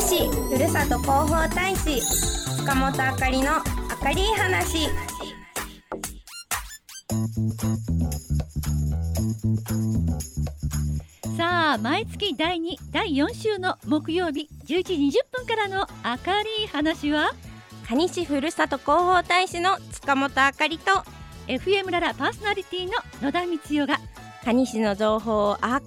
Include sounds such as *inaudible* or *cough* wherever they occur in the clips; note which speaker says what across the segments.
Speaker 1: 市ふるさと広報大使塚本あかりの明るい話
Speaker 2: さあ毎月第2第4週の木曜日11時20分からの「明るい話は」
Speaker 1: 蟹市ふるさと広報大使の塚本あかりと
Speaker 2: FM ララパーソナリティの野田光代が
Speaker 1: 蟹市の情報を明る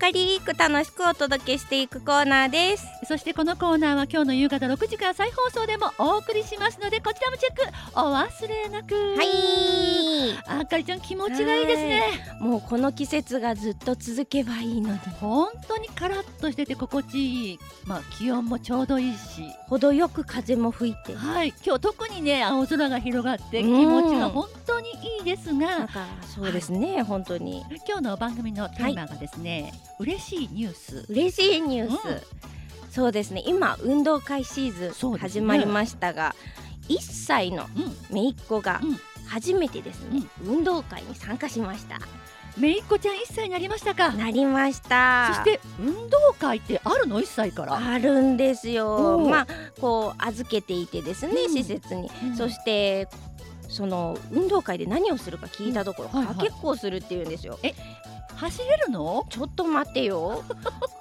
Speaker 1: く楽しくお届けしていくコーナーです
Speaker 2: そしてこのコーナーは今日の夕方6時から再放送でもお送りしますのでこちらもチェックお忘れなく
Speaker 1: はい
Speaker 2: あかりちゃん気持ちがいいですね
Speaker 1: もうこの季節がずっと続けばいいのに
Speaker 2: 本当にカラッとしてて心地いい、まあ、気温もちょうどいいし、
Speaker 1: 程よく風も吹いて
Speaker 2: はい、今日特にね青空が広がって
Speaker 1: う
Speaker 2: 気
Speaker 1: ん
Speaker 2: 持ちが本当にいいです
Speaker 1: なん
Speaker 2: が
Speaker 1: かそうですね本当に
Speaker 2: 今日の番組のテーマがですね、嬉しいニュース
Speaker 1: 嬉しいニュース、
Speaker 2: うん
Speaker 1: そうですね今運動会シーズ
Speaker 2: そ
Speaker 1: ン
Speaker 2: うです
Speaker 1: 始
Speaker 2: ね
Speaker 1: まりましたが、1歳の
Speaker 2: うん
Speaker 1: 姪っ子が
Speaker 2: うん
Speaker 1: 初めてですね、運動会に参加しました
Speaker 2: めいっ子ちゃん1歳になりましたか
Speaker 1: なりました
Speaker 2: そして運動会ってあるの1歳から、
Speaker 1: あるんですよ
Speaker 2: おう
Speaker 1: まあこう預けていてですね、
Speaker 2: うん
Speaker 1: 施設に、
Speaker 2: うん
Speaker 1: そしてその運動会で何をするか聞いたところ、
Speaker 2: うんはいはい
Speaker 1: かけっこをするっていうんですよ
Speaker 2: 走れるの
Speaker 1: ちょっと待てよ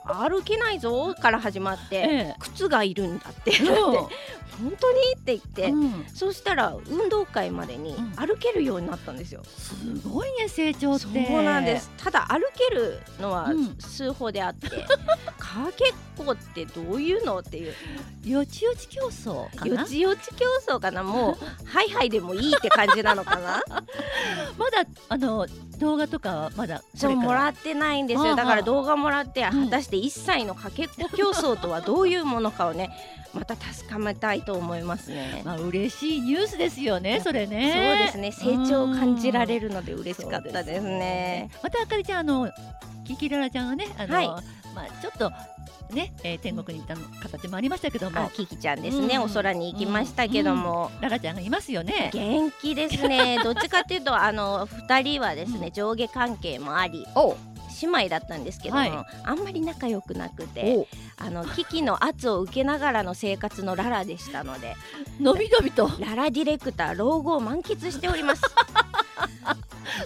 Speaker 1: 歩けないぞから始まって、
Speaker 2: え
Speaker 1: 靴がいるんだって
Speaker 2: え
Speaker 1: 本当にって言って、 *laughs*
Speaker 2: うん
Speaker 1: そしたら運動会までに
Speaker 2: うん
Speaker 1: 歩けるようになったんですよ。
Speaker 2: すごいね成長って
Speaker 1: そうなんです。ただ歩けるのは
Speaker 2: うん
Speaker 1: 数歩であって、 *laughs* かけっこってどういうのっていう
Speaker 2: よちよち競争か
Speaker 1: よ
Speaker 2: な
Speaker 1: ちよち競争かなも *laughs* うハイハイでもいいって感じなのか *laughs* な。
Speaker 2: まだあの動画とかはまだ
Speaker 1: そうもらってないんです
Speaker 2: ああ
Speaker 1: よ。だから動画もらって
Speaker 2: うん
Speaker 1: 果たして1歳のかけっこ競争とはどういうものかをねまた確かめたいと思いますね。
Speaker 2: まあ嬉しいニュースですよねそ
Speaker 1: そ
Speaker 2: れ
Speaker 1: うで
Speaker 2: ね
Speaker 1: すね成長を感じられ
Speaker 2: る
Speaker 1: るので嬉しかったですね。
Speaker 2: またあかりちゃんあのキキララちゃんはねあの、
Speaker 1: はい
Speaker 2: まあちょっとね、えー、天国に行った形もありましたけど
Speaker 1: あ
Speaker 2: も
Speaker 1: キキちゃんですね、
Speaker 2: うん
Speaker 1: お空に行きましたけども、
Speaker 2: ララちゃんがいますよね
Speaker 1: 元気です
Speaker 2: *laughs*
Speaker 1: ねどっちかっていうとあの2人はですね、
Speaker 2: うん
Speaker 1: 上下関係もあり
Speaker 2: お
Speaker 1: 姉妹だったんですけども、
Speaker 2: はい
Speaker 1: あんまり仲良くなくてあのキキの圧を受けながらの生活のララでしたので
Speaker 2: のびのびと *laughs*
Speaker 1: ララディレクター老後を満喫しております、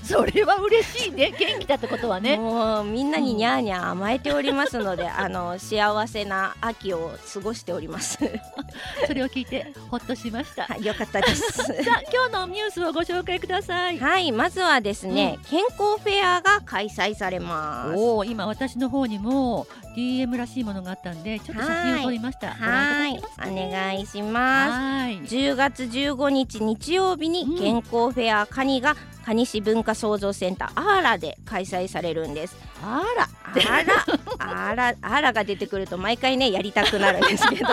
Speaker 2: それは嬉しいね元気だってことは *laughs* ね
Speaker 1: もうみんなにニャーニャー甘えておりますので、あの幸せな秋を過ごしております
Speaker 2: *laughs* それを聞いてほっとしました、
Speaker 1: はいよかったです
Speaker 2: さあ今日のニュースをご紹介ください
Speaker 1: はいまずはですね、健康フェアが開催されます
Speaker 2: おお今私の方にも DM らしいものがあったんでちょっと写真を撮りましたご
Speaker 1: は
Speaker 2: 覧
Speaker 1: い
Speaker 2: ただけます、か
Speaker 1: お
Speaker 2: ね
Speaker 1: 願いします。
Speaker 2: はい
Speaker 1: 10月15日日曜日
Speaker 2: う
Speaker 1: に
Speaker 2: ん
Speaker 1: 健康フェアカニが蟹市文化創造センターアーラで開催されるんです。
Speaker 2: あら
Speaker 1: あら、あら、あらが出てくると毎回ねやりたくなるんです
Speaker 2: *laughs*
Speaker 1: けど、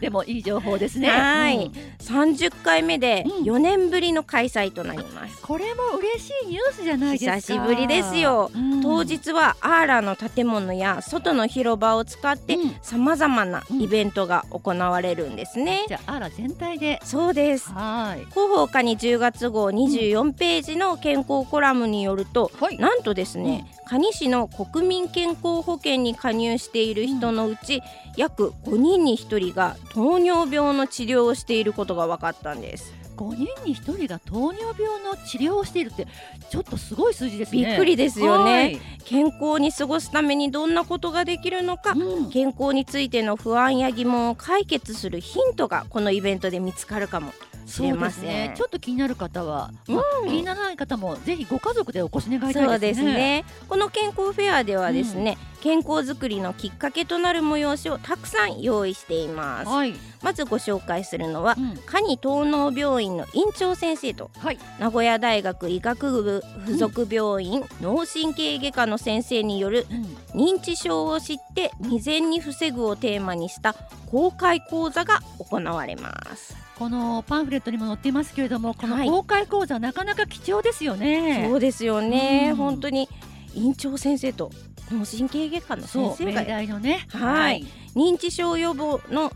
Speaker 2: でもいい情報ですね
Speaker 1: はい
Speaker 2: うん
Speaker 1: 30回目で
Speaker 2: うん
Speaker 1: 4年ぶりの開催となります。
Speaker 2: これも嬉しいニュースじゃないですか
Speaker 1: 久しぶりですよ、
Speaker 2: うん
Speaker 1: 当日はアーラの建物や外の広場を使って
Speaker 2: うん
Speaker 1: さまざまなイベントが行われるんですね。
Speaker 2: じゃああら全体で
Speaker 1: そうです。
Speaker 2: はい
Speaker 1: 広報課に10月号24ページの健康コラムによると、
Speaker 2: はい
Speaker 1: なんとですね、蟹市の国民健康保険に加入している人のうち、約5人に1人が糖尿病の治療をしていることが分かったんです、
Speaker 2: 5人に1人が糖尿病の治療をしているってちょっとすごい数字ですね
Speaker 1: びっくり
Speaker 2: で
Speaker 1: ですよね、健康に過ごすためにどんなことができるのか、
Speaker 2: うん、
Speaker 1: 健康についての不安や疑問を解決するヒントがこのイベントで見つかるかもし
Speaker 2: そ
Speaker 1: れ
Speaker 2: うで
Speaker 1: ますせん
Speaker 2: ねちょっと気になる方は、まあ気にならない方もぜひご家族でお越し願いたいですね
Speaker 1: そうですねこの健康フェアではですね、健康づくりのきっかけとなる催しをたくさん用意しています
Speaker 2: はい、
Speaker 1: まずご紹介するのは
Speaker 2: うん
Speaker 1: カニ東脳病院の院長先生と
Speaker 2: はい、
Speaker 1: 名古屋大学医学部附属病院脳神経外科の先生による
Speaker 2: うん
Speaker 1: 認知症を知って未然に防ぐをテーマにした公開講座が行われます、
Speaker 2: このパンフレットにも載っていますけれどもこの
Speaker 1: はい
Speaker 2: 公開講座、なかなか貴重ですよね
Speaker 1: そうですよね、
Speaker 2: うん
Speaker 1: 本当に院長先生と脳神経外科の先生
Speaker 2: 明
Speaker 1: が
Speaker 2: 大のね
Speaker 1: はい認知症予防の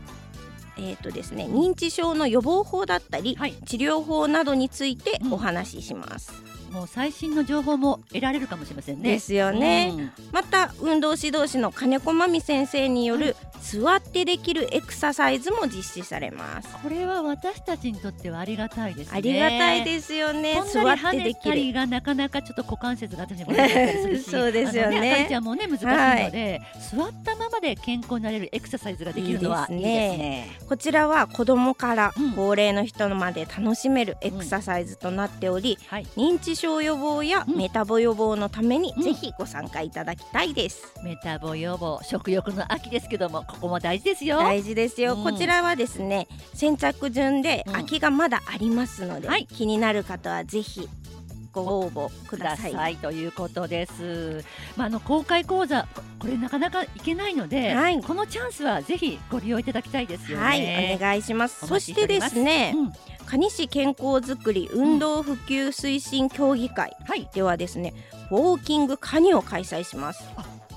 Speaker 1: えーとですね、認知症の予防法だったり、
Speaker 2: はい
Speaker 1: 治療法などについて
Speaker 2: うん
Speaker 1: お話しします。
Speaker 2: もう最新の情報も得られるかもしれませんね
Speaker 1: ですよね、また運動指導士の金子真美先生による座ってできるエクササイズも実施されます。
Speaker 2: これは私たちにとってはありがたいですね
Speaker 1: ありがたいですよね。
Speaker 2: こん
Speaker 1: 座
Speaker 2: な
Speaker 1: っ
Speaker 2: に跳
Speaker 1: てで
Speaker 2: ね
Speaker 1: き
Speaker 2: た
Speaker 1: る。
Speaker 2: りがなかなかちょっと股関節が私も痛かったりするし
Speaker 1: *laughs* そうですよね
Speaker 2: あのあかりちゃんもね難しいので、座ったままで健康になれるエクササイズができるのはい
Speaker 1: い
Speaker 2: い
Speaker 1: い
Speaker 2: です
Speaker 1: です
Speaker 2: ね。
Speaker 1: こちらは子どもから
Speaker 2: うん
Speaker 1: 高齢の人まで楽しめるエクササイズとなっており、
Speaker 2: はい、
Speaker 1: 認知症予防や
Speaker 2: うん
Speaker 1: メタボ予防のために
Speaker 2: うん
Speaker 1: ぜひご参加いただきたいです。
Speaker 2: メタボ予防食欲の秋ですけどもここも大事ですよ。
Speaker 1: 大事ですよ、
Speaker 2: うん
Speaker 1: こちらはですね先着順で
Speaker 2: うん
Speaker 1: 空きがまだありますので、
Speaker 2: はい
Speaker 1: 気になる方はぜひご応募く
Speaker 2: くだ
Speaker 1: だ
Speaker 2: さ
Speaker 1: さ
Speaker 2: い
Speaker 1: い。
Speaker 2: ということです。まああの公開講座ここれなかなかいけないので、
Speaker 1: はい
Speaker 2: このチャンスはぜひご利用いただきたいですよね。
Speaker 1: はい、お願いします。
Speaker 2: お
Speaker 1: そ
Speaker 2: 待
Speaker 1: し
Speaker 2: ちして
Speaker 1: て
Speaker 2: おり
Speaker 1: で
Speaker 2: ます
Speaker 1: すね、
Speaker 2: うん
Speaker 1: 蟹市健康づくり運動普及推進協議会
Speaker 2: はい。
Speaker 1: ではですね、ウォーキングカニを開催します。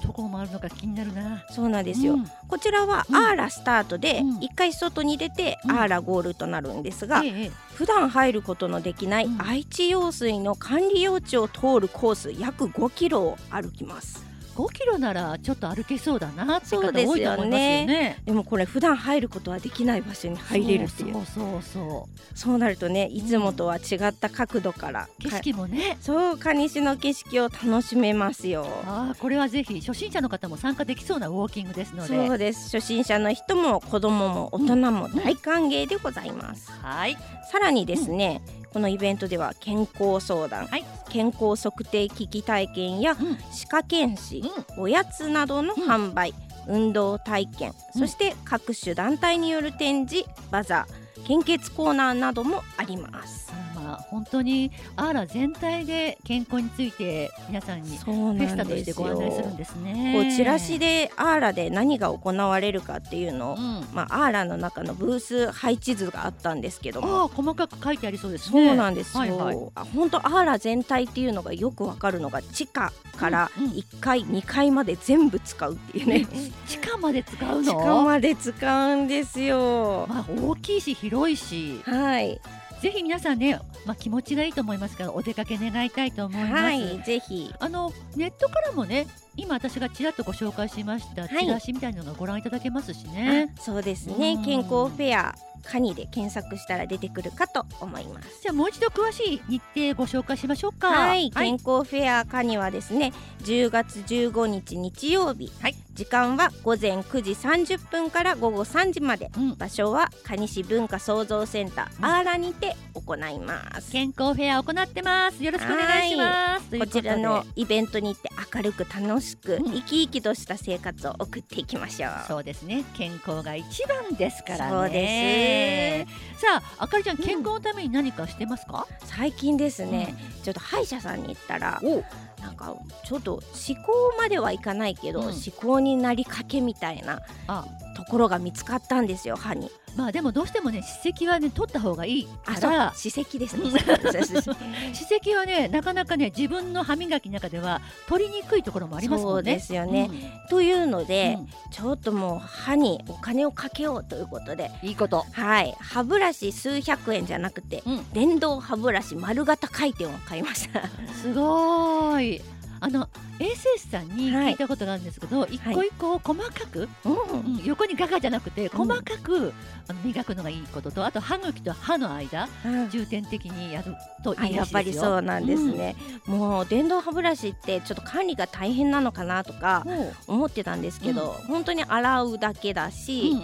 Speaker 2: どこもあるのか気になるな。
Speaker 1: そうなんですよ。
Speaker 2: うん
Speaker 1: こちらは
Speaker 2: うん
Speaker 1: アーラスタートで
Speaker 2: うん
Speaker 1: 一回外に出て
Speaker 2: うん
Speaker 1: アーラゴールとなるんですが、
Speaker 2: ええ
Speaker 1: 普段入ることのできない
Speaker 2: うん
Speaker 1: 愛知用水の管理用地を通るコース約5キロを歩きます。
Speaker 2: 5キロならちょっと歩けそうだなって
Speaker 1: そ
Speaker 2: 方
Speaker 1: う
Speaker 2: 多い
Speaker 1: です
Speaker 2: と
Speaker 1: よ
Speaker 2: 思
Speaker 1: ね
Speaker 2: いますよね。
Speaker 1: でもこれ普段入ることはできない場所に入れるっていう。そう
Speaker 2: そうそうそ
Speaker 1: なるとね、いつもとは違った角度からか
Speaker 2: う景色もね。
Speaker 1: そう蟹市の景色を楽しめますよ。
Speaker 2: ああこれはぜひ初心者の方も参加できそうなウォーキングですの
Speaker 1: そ
Speaker 2: で。
Speaker 1: うです初心者の人も子供も大人も大歓迎でございます、
Speaker 2: はい。
Speaker 1: さらにですね、このイベントでは健康相談、
Speaker 2: はい
Speaker 1: 健康測定機器体験や
Speaker 2: うん。
Speaker 1: 歯科検診、
Speaker 2: うん
Speaker 1: おやつなどの販売、運動体験、
Speaker 2: うん
Speaker 1: そして各種団体による展示バザー献血コーナーなどもあります
Speaker 2: まあ本当にアーラ全体で健康について皆さんにフ
Speaker 1: そう
Speaker 2: ェ
Speaker 1: な
Speaker 2: ス
Speaker 1: ん
Speaker 2: タとし
Speaker 1: で
Speaker 2: て
Speaker 1: す
Speaker 2: ご案内するん
Speaker 1: よ
Speaker 2: ですね。
Speaker 1: こうチラシでアーラで何が行われるかっていうのを、
Speaker 2: うん。
Speaker 1: まあ、アーラの中のブース配置図があったんですけども
Speaker 2: ああ細かく書いてありそうです
Speaker 1: そ
Speaker 2: ね。
Speaker 1: うなんですよ、
Speaker 2: はいはい。
Speaker 1: あ本当アーラ全体っていうのがよくわかるのが地下から
Speaker 2: うんうん
Speaker 1: 1階、2階まで全部使うっていうね
Speaker 2: 地下まで使う
Speaker 1: 地
Speaker 2: の。
Speaker 1: 下まで使うんですよ
Speaker 2: まあ大きいし広いし。
Speaker 1: はい
Speaker 2: ぜひ皆さんね、まあ、気持ちがいいと思いますからお出かけ願いたいと思います。
Speaker 1: はいぜひ
Speaker 2: あのネットからもね今私がちらっとご紹介しました、
Speaker 1: はい
Speaker 2: チラシみたいなのがご覧いただけますしね。
Speaker 1: あそうです
Speaker 2: う
Speaker 1: ね
Speaker 2: ん
Speaker 1: 健康フェアカニで検索したら出てくるかと思います
Speaker 2: じゃあもう一度詳しい日程ご紹介しましょうか。
Speaker 1: はい、健康フェアカニはですね10月15日日曜日、
Speaker 2: はい
Speaker 1: 時間は午前9時30分から午後3時まで
Speaker 2: うん
Speaker 1: 場所は蟹市文化創造センタ
Speaker 2: うん
Speaker 1: ーアーラにて行います。
Speaker 2: 健康フェア行ってます。よろしくお願いします。という
Speaker 1: こ
Speaker 2: とで
Speaker 1: ちらのイベントに行って明るく楽しく
Speaker 2: うん
Speaker 1: 生き生きとした生活を送っていきましょう。
Speaker 2: そうですね健康が一番ですからね。。
Speaker 1: そうです
Speaker 2: さああかりちゃん
Speaker 1: うん
Speaker 2: 健康のために何かしてますか？
Speaker 1: 最近ですね、ちょっと歯医者さんに行ったら
Speaker 2: お
Speaker 1: なんかちょっと歯垢まではいかないけど、
Speaker 2: うん
Speaker 1: 歯垢になりかけみたいな
Speaker 2: あ
Speaker 1: ところが見つかったんですよ歯に。
Speaker 2: まあでもどうしてもね歯石はね取った方がいい
Speaker 1: あ、
Speaker 2: か
Speaker 1: そう
Speaker 2: ら
Speaker 1: 歯。石です
Speaker 2: う
Speaker 1: *laughs* ね
Speaker 2: ん。
Speaker 1: そうそうそう
Speaker 2: 歯石はねなかなかね自分の歯磨きの中では取りにくいところもあります
Speaker 1: そ
Speaker 2: もんね。
Speaker 1: うですよねというの
Speaker 2: うん。
Speaker 1: で、ちょっともう歯にお金をかけようということで
Speaker 2: うんいいこと。
Speaker 1: はい、歯ブラシ数百円じゃなくて、
Speaker 2: うん
Speaker 1: 電動歯ブラシ丸型回転を買いました。
Speaker 2: すごーい。あの衛生士さんに聞いたことがあるんですけど、一個一個を細かく、
Speaker 1: うん、
Speaker 2: うん横にガガじゃなくて細かく、あの磨くのがいいこととあと歯茎と歯の間重点的にやると
Speaker 1: あ
Speaker 2: いい
Speaker 1: や
Speaker 2: ら
Speaker 1: っ
Speaker 2: しい
Speaker 1: ぱ
Speaker 2: で
Speaker 1: り
Speaker 2: す
Speaker 1: そ
Speaker 2: よ。
Speaker 1: うなんですね、もう電動歯ブラシってちょっと管理が大変なのかなとか
Speaker 2: も
Speaker 1: 思ってたんですけど、本当に洗うだけだ
Speaker 2: う
Speaker 1: し、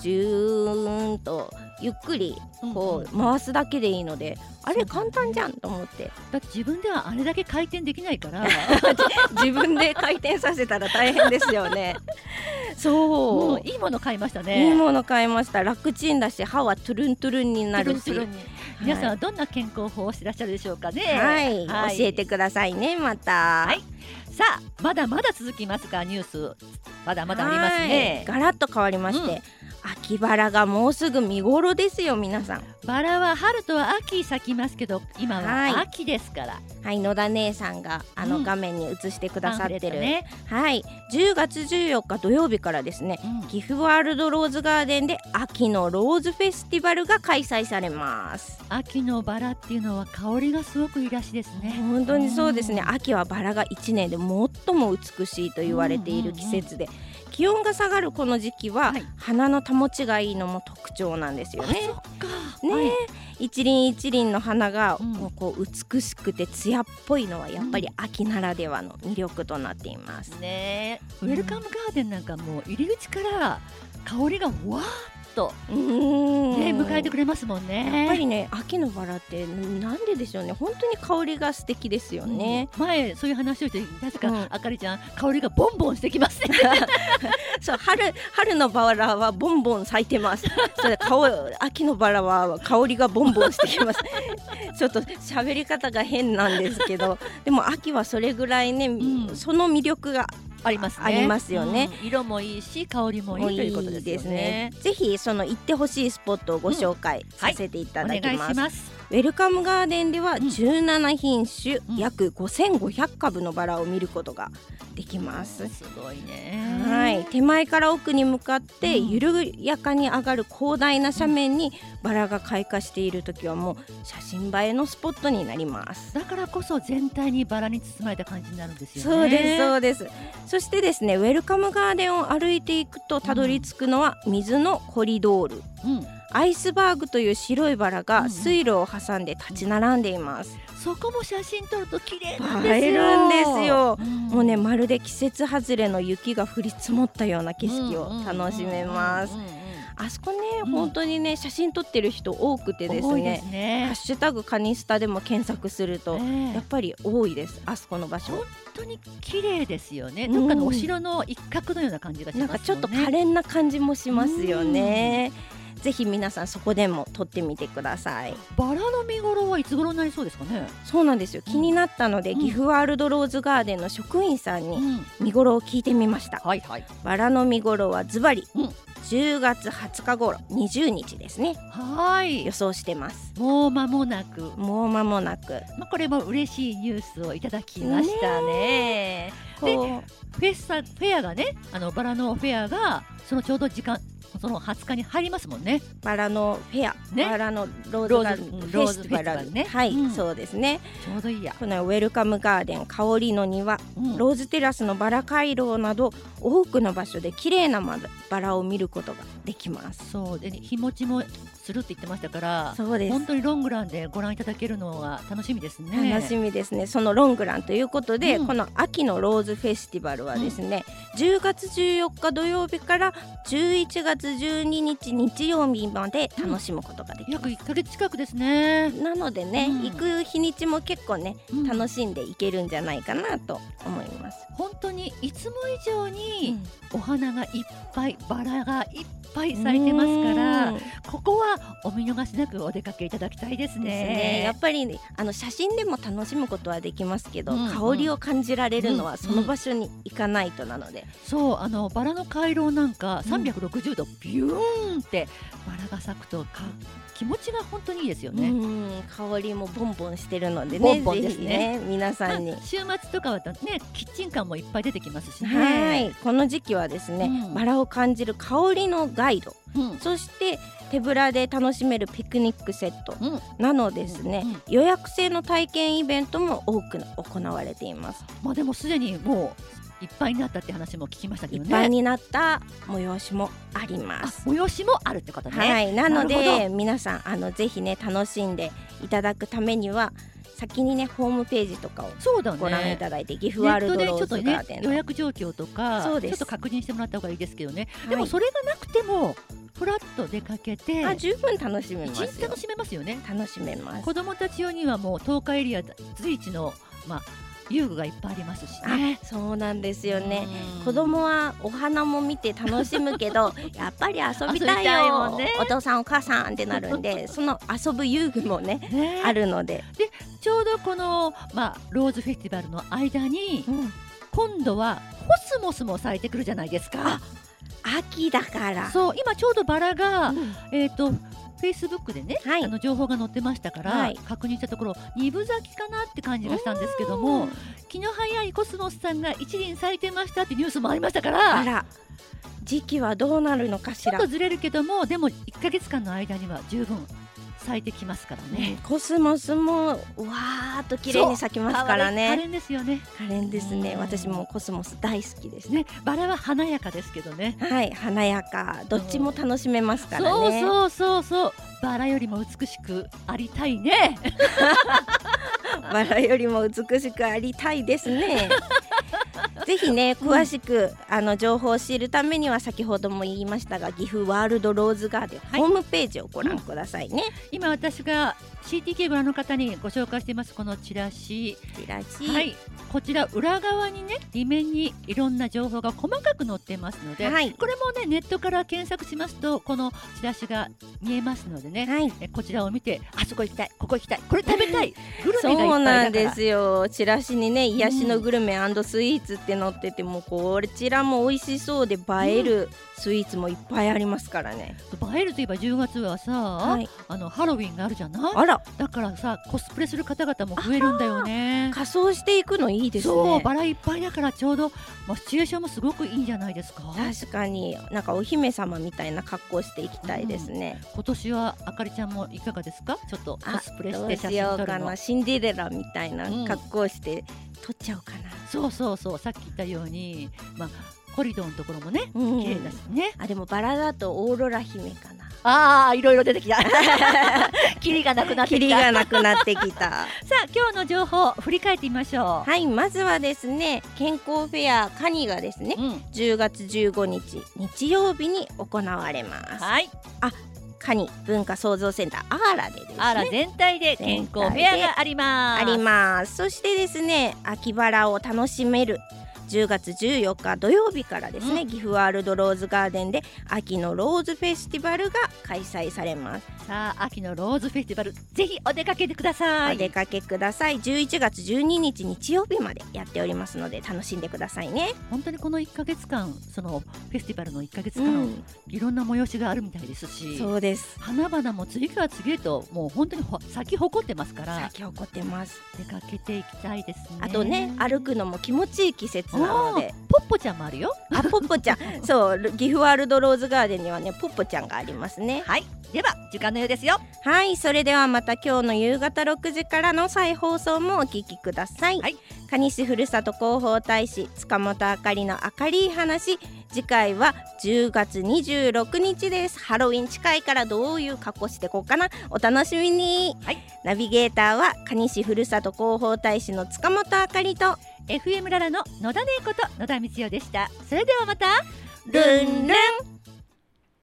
Speaker 1: じゅーんとゆっくりこう回すだけでいいので、あ
Speaker 2: そう
Speaker 1: れ
Speaker 2: だ
Speaker 1: 簡
Speaker 2: ね
Speaker 1: 単じゃんと思って
Speaker 2: だって自分ではあれだけ回転できないから、
Speaker 1: 自分で回転させたら大変ですよ
Speaker 2: *laughs*
Speaker 1: ね *laughs* そう
Speaker 2: もういいもの買いましたね。
Speaker 1: いいもの買いました楽ちんだし歯はトゥルントゥルンになるし
Speaker 2: トゥルントゥルンに皆さんはどんな健康法をしてらっしゃるでしょうかね。
Speaker 1: はい、
Speaker 2: はい
Speaker 1: 教えてくださいねまた、
Speaker 2: はいさあまだまだ続きますかニュースまだまだあります
Speaker 1: はい
Speaker 2: ね。
Speaker 1: ガラッと変わりまして、
Speaker 2: うん
Speaker 1: 秋バラがもうすぐ見頃ですよ皆さん
Speaker 2: バラは春と秋咲きますけど今
Speaker 1: はい
Speaker 2: は秋ですから。
Speaker 1: はい野田姉さんがあ
Speaker 2: う
Speaker 1: の
Speaker 2: ん
Speaker 1: 画面に映してくださってる、
Speaker 2: パンフレットね。
Speaker 1: はい10月14日土曜日からですね
Speaker 2: うん
Speaker 1: 岐阜ワールドローズガーデンで秋のローズフェスティバルが開催されます
Speaker 2: 秋のバラっていうのは香りがすごくいいらしいですね。
Speaker 1: 本当にそうですね
Speaker 2: うん
Speaker 1: 秋はバラが1年で最も美しいと言われている季節で、気温が下がるこの時期は、
Speaker 2: はい
Speaker 1: 花の保ちがいいのも特徴なんですよね。
Speaker 2: っ
Speaker 1: ね、一輪一輪の花が、
Speaker 2: うん
Speaker 1: こう美しくて艶っぽいのはやっぱり秋ならではの魅力となっています。
Speaker 2: ねウェルカムガーデンなんかもう入り口から香りがわーっと、
Speaker 1: うーん
Speaker 2: ね迎えてくれますもんね。
Speaker 1: やっぱりね秋のバラってなんででしょうね本当に香りが素敵ですよね、
Speaker 2: うん前そういう話をしてなぜか、
Speaker 1: うん
Speaker 2: あかりちゃん香りがボンボンしてきますね
Speaker 1: そう春春のバラはボンボン咲いてますそれ香秋のバラは香りがボンボンしてき
Speaker 2: *laughs*
Speaker 1: ますちょっと喋り方が変なんですけどでも秋はそれぐらいね、
Speaker 2: ん
Speaker 1: その魅力が
Speaker 2: *laughs* ありますね
Speaker 1: ありますよね、
Speaker 2: うん色もいいし香りもいいということですよね
Speaker 1: ぜひその行ってほしいスポットをご紹介させていただ
Speaker 2: お
Speaker 1: き
Speaker 2: 願い
Speaker 1: ます
Speaker 2: します
Speaker 1: ウェルカムガーデンでは
Speaker 2: うん
Speaker 1: 17品種、
Speaker 2: うん
Speaker 1: 約5500株のバラを見ることができます。
Speaker 2: すごいね
Speaker 1: はい、手前から奥に向かって
Speaker 2: うん
Speaker 1: 緩やかに上がる広大な斜面にバラが開花している時はもう写真映えのスポットになります。
Speaker 2: だからこそ全体にバラに包まれた感じになるんですよね
Speaker 1: そうです
Speaker 2: う
Speaker 1: そうですそしてですねウェルカムガーデンを歩いていくとたどり着くのは水のコリドール
Speaker 2: ん、
Speaker 1: アイスバーグという白いバラ
Speaker 2: うん
Speaker 1: が水路を挟んで立ち並んでいます
Speaker 2: そこも写真撮ると綺麗なんですよ
Speaker 1: 映えるんですよ
Speaker 2: ん
Speaker 1: もうねまるで季節外れの雪が降り積もったような景色を楽しめます
Speaker 2: うんうんうんうん
Speaker 1: あそこね、
Speaker 2: うん
Speaker 1: 本当にね写真撮ってる人多くてです
Speaker 2: 多いで
Speaker 1: ね
Speaker 2: す
Speaker 1: 「ハッ
Speaker 2: ね
Speaker 1: シュタグカニスタ」でも検索すると、
Speaker 2: ね
Speaker 1: やっぱり多いですあそこの場所
Speaker 2: 本当に綺麗ですよね。
Speaker 1: うん
Speaker 2: どっかのお城の一角のような感じがし
Speaker 1: な
Speaker 2: ますもんね。
Speaker 1: んかちょっと可憐な感じもしますよね、ぜひ皆さんそこでも撮ってみてください
Speaker 2: バラの見頃はいつ頃になりそうですかね。
Speaker 1: そうなんですよ気になったので、
Speaker 2: うん
Speaker 1: 岐阜ワールドローズガーデンの職員さんに
Speaker 2: ん、
Speaker 1: 見頃を聞いてみました
Speaker 2: はいはい。
Speaker 1: バラの見頃はズバリ
Speaker 2: うん
Speaker 1: 10月20日頃20日ですね
Speaker 2: はー
Speaker 1: 予
Speaker 2: い。
Speaker 1: 想してます
Speaker 2: もう間もなく、
Speaker 1: もう間もなく
Speaker 2: まあこれも嬉しいニュースをいただきましたね。
Speaker 1: こ
Speaker 2: フェスタフェアがね、あのバラのフェアがそのちょうど時間。その20日に入りますもんね。
Speaker 1: うバラのフェア、
Speaker 2: ね
Speaker 1: バラのローズガーデ
Speaker 2: ローズうん
Speaker 1: ンフ
Speaker 2: ロー
Speaker 1: ェ
Speaker 2: ズ
Speaker 1: スティバ
Speaker 2: フェスティバル
Speaker 1: ル
Speaker 2: ね
Speaker 1: ねはい、
Speaker 2: うん
Speaker 1: そうですね
Speaker 2: ちょうどいいや。
Speaker 1: このウェルカムガーデン香りの庭
Speaker 2: うん
Speaker 1: ローズテラスのバラ回廊など多くの場所で綺麗なまバラを見ることができます
Speaker 2: そうで日持ちもするって言ってましたから、
Speaker 1: そうです
Speaker 2: 本当にロングランでご覧いただけるのは楽しみですね。
Speaker 1: 楽しみですねそのロングランということで、
Speaker 2: うん
Speaker 1: この秋のローズフェスティバルはですね、10月14日土曜日から11月12日日曜日まで楽しむことができます、
Speaker 2: 約1ヶ月近くですね、
Speaker 1: なのでね、
Speaker 2: うん
Speaker 1: 行く日にちも結構ね楽
Speaker 2: い
Speaker 1: しんでいけるんじゃないかなと思います、
Speaker 2: 本当にいつも以上
Speaker 1: う
Speaker 2: に
Speaker 1: ん
Speaker 2: お花がいっぱいバラがいっぱい咲いてますから
Speaker 1: うん
Speaker 2: ここはお見逃しなくお出かけいただきたいです
Speaker 1: ですねや
Speaker 2: ね
Speaker 1: っぱりねあの写真でも楽しむことはできますけど、
Speaker 2: うんうん
Speaker 1: 香りを感じられるの
Speaker 2: うん
Speaker 1: はその場所に行かないとなので、
Speaker 2: そうあのバラの回廊なんか
Speaker 1: うん
Speaker 2: 360度ビューンってバラが咲くとか気持ちが本当にいいですよね、
Speaker 1: うん香りもボンボンしてるのでね
Speaker 2: ボンボンで
Speaker 1: ぜ
Speaker 2: すね
Speaker 1: ひね皆さんに
Speaker 2: まあ。週末と *laughs* かはねキッチンカーもいっぱい出てきますしね
Speaker 1: はい、この時期はですね、
Speaker 2: うん
Speaker 1: バラを感じる香りのガイド
Speaker 2: うん
Speaker 1: そして手ぶらで楽しめるピクニックセット
Speaker 2: うん
Speaker 1: なのですね、
Speaker 2: うんうん
Speaker 1: 予約制の体験イベントも多く行われています、
Speaker 2: まあでもすでにもういっぱいになったって話も聞きましたけ
Speaker 1: い
Speaker 2: ど
Speaker 1: っ
Speaker 2: ね
Speaker 1: ぱいになった催しもあります
Speaker 2: 催しもあるってことね、
Speaker 1: はい、なの
Speaker 2: なる
Speaker 1: で皆さんあのぜひね楽しんでいただくためには先にねホームページとかを
Speaker 2: そうだね
Speaker 1: ご覧いただいて、岐阜
Speaker 2: ネ
Speaker 1: ワー
Speaker 2: ッ
Speaker 1: ル
Speaker 2: ト
Speaker 1: ド
Speaker 2: でち
Speaker 1: ロ
Speaker 2: ょ
Speaker 1: ー
Speaker 2: っと
Speaker 1: ズガーデ
Speaker 2: ね
Speaker 1: ン
Speaker 2: 予
Speaker 1: の、
Speaker 2: 約状況とか
Speaker 1: そうです
Speaker 2: ちょっと確認してもらった方がいいですけどね、
Speaker 1: はい
Speaker 2: でもそれがなくてもふらっと出かけて
Speaker 1: あ十分楽しめ
Speaker 2: 一
Speaker 1: ます
Speaker 2: 日
Speaker 1: よ
Speaker 2: 楽しめますよね
Speaker 1: 楽しめます
Speaker 2: 子どもたち用にはもう東海エリア随一の、まあ、遊具がいっぱいありますしね。
Speaker 1: あそうなんですよね、
Speaker 2: うん
Speaker 1: 子供はお花も見て楽しむけ
Speaker 2: *laughs*
Speaker 1: どやっぱり遊び
Speaker 2: 遊び
Speaker 1: たい
Speaker 2: たいも
Speaker 1: よ
Speaker 2: んね
Speaker 1: お父さんお母さんってなるん
Speaker 2: *laughs*
Speaker 1: でその遊ぶ遊具もね
Speaker 2: ね
Speaker 1: あるので、
Speaker 2: ちょうどこの、まあ、ローズフェスティバルの間に今度はコスモスも咲いてくるじゃないですか。
Speaker 1: 秋だから
Speaker 2: そう今ちょうどバラが、
Speaker 1: うん
Speaker 2: えっ、とフェイスブックでね、
Speaker 1: はい
Speaker 2: あの情報が載ってましたから、
Speaker 1: はい
Speaker 2: 確認したところ二分咲きかなって感じがしたんですけども気の早いコスモスさんが一輪咲いてましたってニュースもありましたか
Speaker 1: あ
Speaker 2: ら
Speaker 1: ら時期はどうなるのかし
Speaker 2: ちょっ
Speaker 1: ら
Speaker 2: とずれるけどもでも1か月間の間には十分咲いてきますからね
Speaker 1: ね、コスモスもわーっと綺麗に咲きますから
Speaker 2: 可
Speaker 1: ね
Speaker 2: 憐ですよね
Speaker 1: 可憐ですね
Speaker 2: うん
Speaker 1: 私もコスモス大好きですね
Speaker 2: ねバラは華やかですけどね
Speaker 1: はい華やかどっちも楽しめますからね
Speaker 2: そうそうそうそうバラよりも美しくありたいね
Speaker 1: バラよりも美しくありたいですね。
Speaker 2: *laughs*
Speaker 1: ぜひね詳しく、あの情報を知るためには先ほども言いましたが岐阜ワールドローズガーデン、
Speaker 2: はい
Speaker 1: ホームページをご覧くださいね。
Speaker 2: 今私が CTK 村の方にご紹介していますこのチラシ
Speaker 1: チラシ、
Speaker 2: は
Speaker 1: はい、
Speaker 2: いこちら裏側にね裏面にいろんな情報が細かく載ってますので、
Speaker 1: はい
Speaker 2: これもねネットから検索しますとこのチラシが見えますのでね、えこちらを見てあそこ行きたいここ行きたいこれ食べたいグルメがいっぱいだから
Speaker 1: そうなんですよチラシにね癒しのグルメスイーツって載っててもうこちらも美味しそうで映えるスイーツもいっぱいありますからね。
Speaker 2: 映えるといえば10月はさ、
Speaker 1: はい、
Speaker 2: あのハロウィンがあるじゃない
Speaker 1: あら
Speaker 2: だからさコスプレする方々も増えるんだよね。
Speaker 1: 仮装していくのいいですね。
Speaker 2: そうバラいっぱいだからちょうど、まあ、シチュエーションもすごくいいんじゃないですか
Speaker 1: 確かになんかお姫様みたいな格好していきたいですね。
Speaker 2: 今年はあかりちゃんもいかがですかちょっとコスプレ
Speaker 1: ど
Speaker 2: し
Speaker 1: う
Speaker 2: て写
Speaker 1: し
Speaker 2: 真
Speaker 1: よ
Speaker 2: 撮
Speaker 1: う
Speaker 2: る
Speaker 1: か
Speaker 2: の
Speaker 1: なシンデレラみたいな
Speaker 2: うん
Speaker 1: 格好して撮っちゃおうかな、
Speaker 2: そうそうそうさっき言ったように、まあ、コリドーのところもね
Speaker 1: うん
Speaker 2: 綺麗だしね、
Speaker 1: あでもバラだとオーロラ姫かな
Speaker 2: ああいろいろ出てき *laughs* たキリがなくなって
Speaker 1: キ
Speaker 2: き
Speaker 1: リ
Speaker 2: た
Speaker 1: がなくなってきた
Speaker 2: さ *laughs* あ今日の情報振り返ってみましょう、
Speaker 1: はいまずはですね健康フェアカニがですね
Speaker 2: うん
Speaker 1: 10月15日日曜日に行われます、
Speaker 2: はい、
Speaker 1: カニ文化創造センターアーラでですね
Speaker 2: あら全体で健康フェアがあります
Speaker 1: ありますそしてですね秋バラを楽しめる10月14日土曜日からですね、
Speaker 2: うん
Speaker 1: 岐阜ワールドローズガーデンで秋のローズフェスティバルが開催されます、
Speaker 2: さあ秋のローズフェスティバルぜひお出かけてください
Speaker 1: お出かけください11月12日日曜日までやっておりますので楽しんでくださいね、
Speaker 2: 本当にこの1か月間そのフェスティバルの1か月
Speaker 1: う
Speaker 2: 間、
Speaker 1: ん、
Speaker 2: いろんな催しがあるみたいですし
Speaker 1: そうです
Speaker 2: 花々も次から次へともう本当にほ咲き誇ってますから
Speaker 1: 咲き誇ってます
Speaker 2: 出かけていきたいですね
Speaker 1: あとね歩くのも気持ちいい季節なので
Speaker 2: ポッポちゃんもあるよ
Speaker 1: あポッポちゃんそう岐阜ワールドローズガーデンにはねポッポちゃんがありますね
Speaker 2: はいでは時間のようですよ
Speaker 1: はい、それではまた今日の夕方6時からの再放送もお聞きください。
Speaker 2: はい
Speaker 1: 蟹市ふるさと広報大使塚本あかりの明るい話次回は10月26日ですハロウィン近いからどういう格好してこうかなお楽しみに、
Speaker 2: はい
Speaker 1: ナビゲーターは蟹市ふるさと広報大使の塚本あかりと
Speaker 2: FM ララの野田ねこと野田光代でしたそれではまた
Speaker 1: ルンルン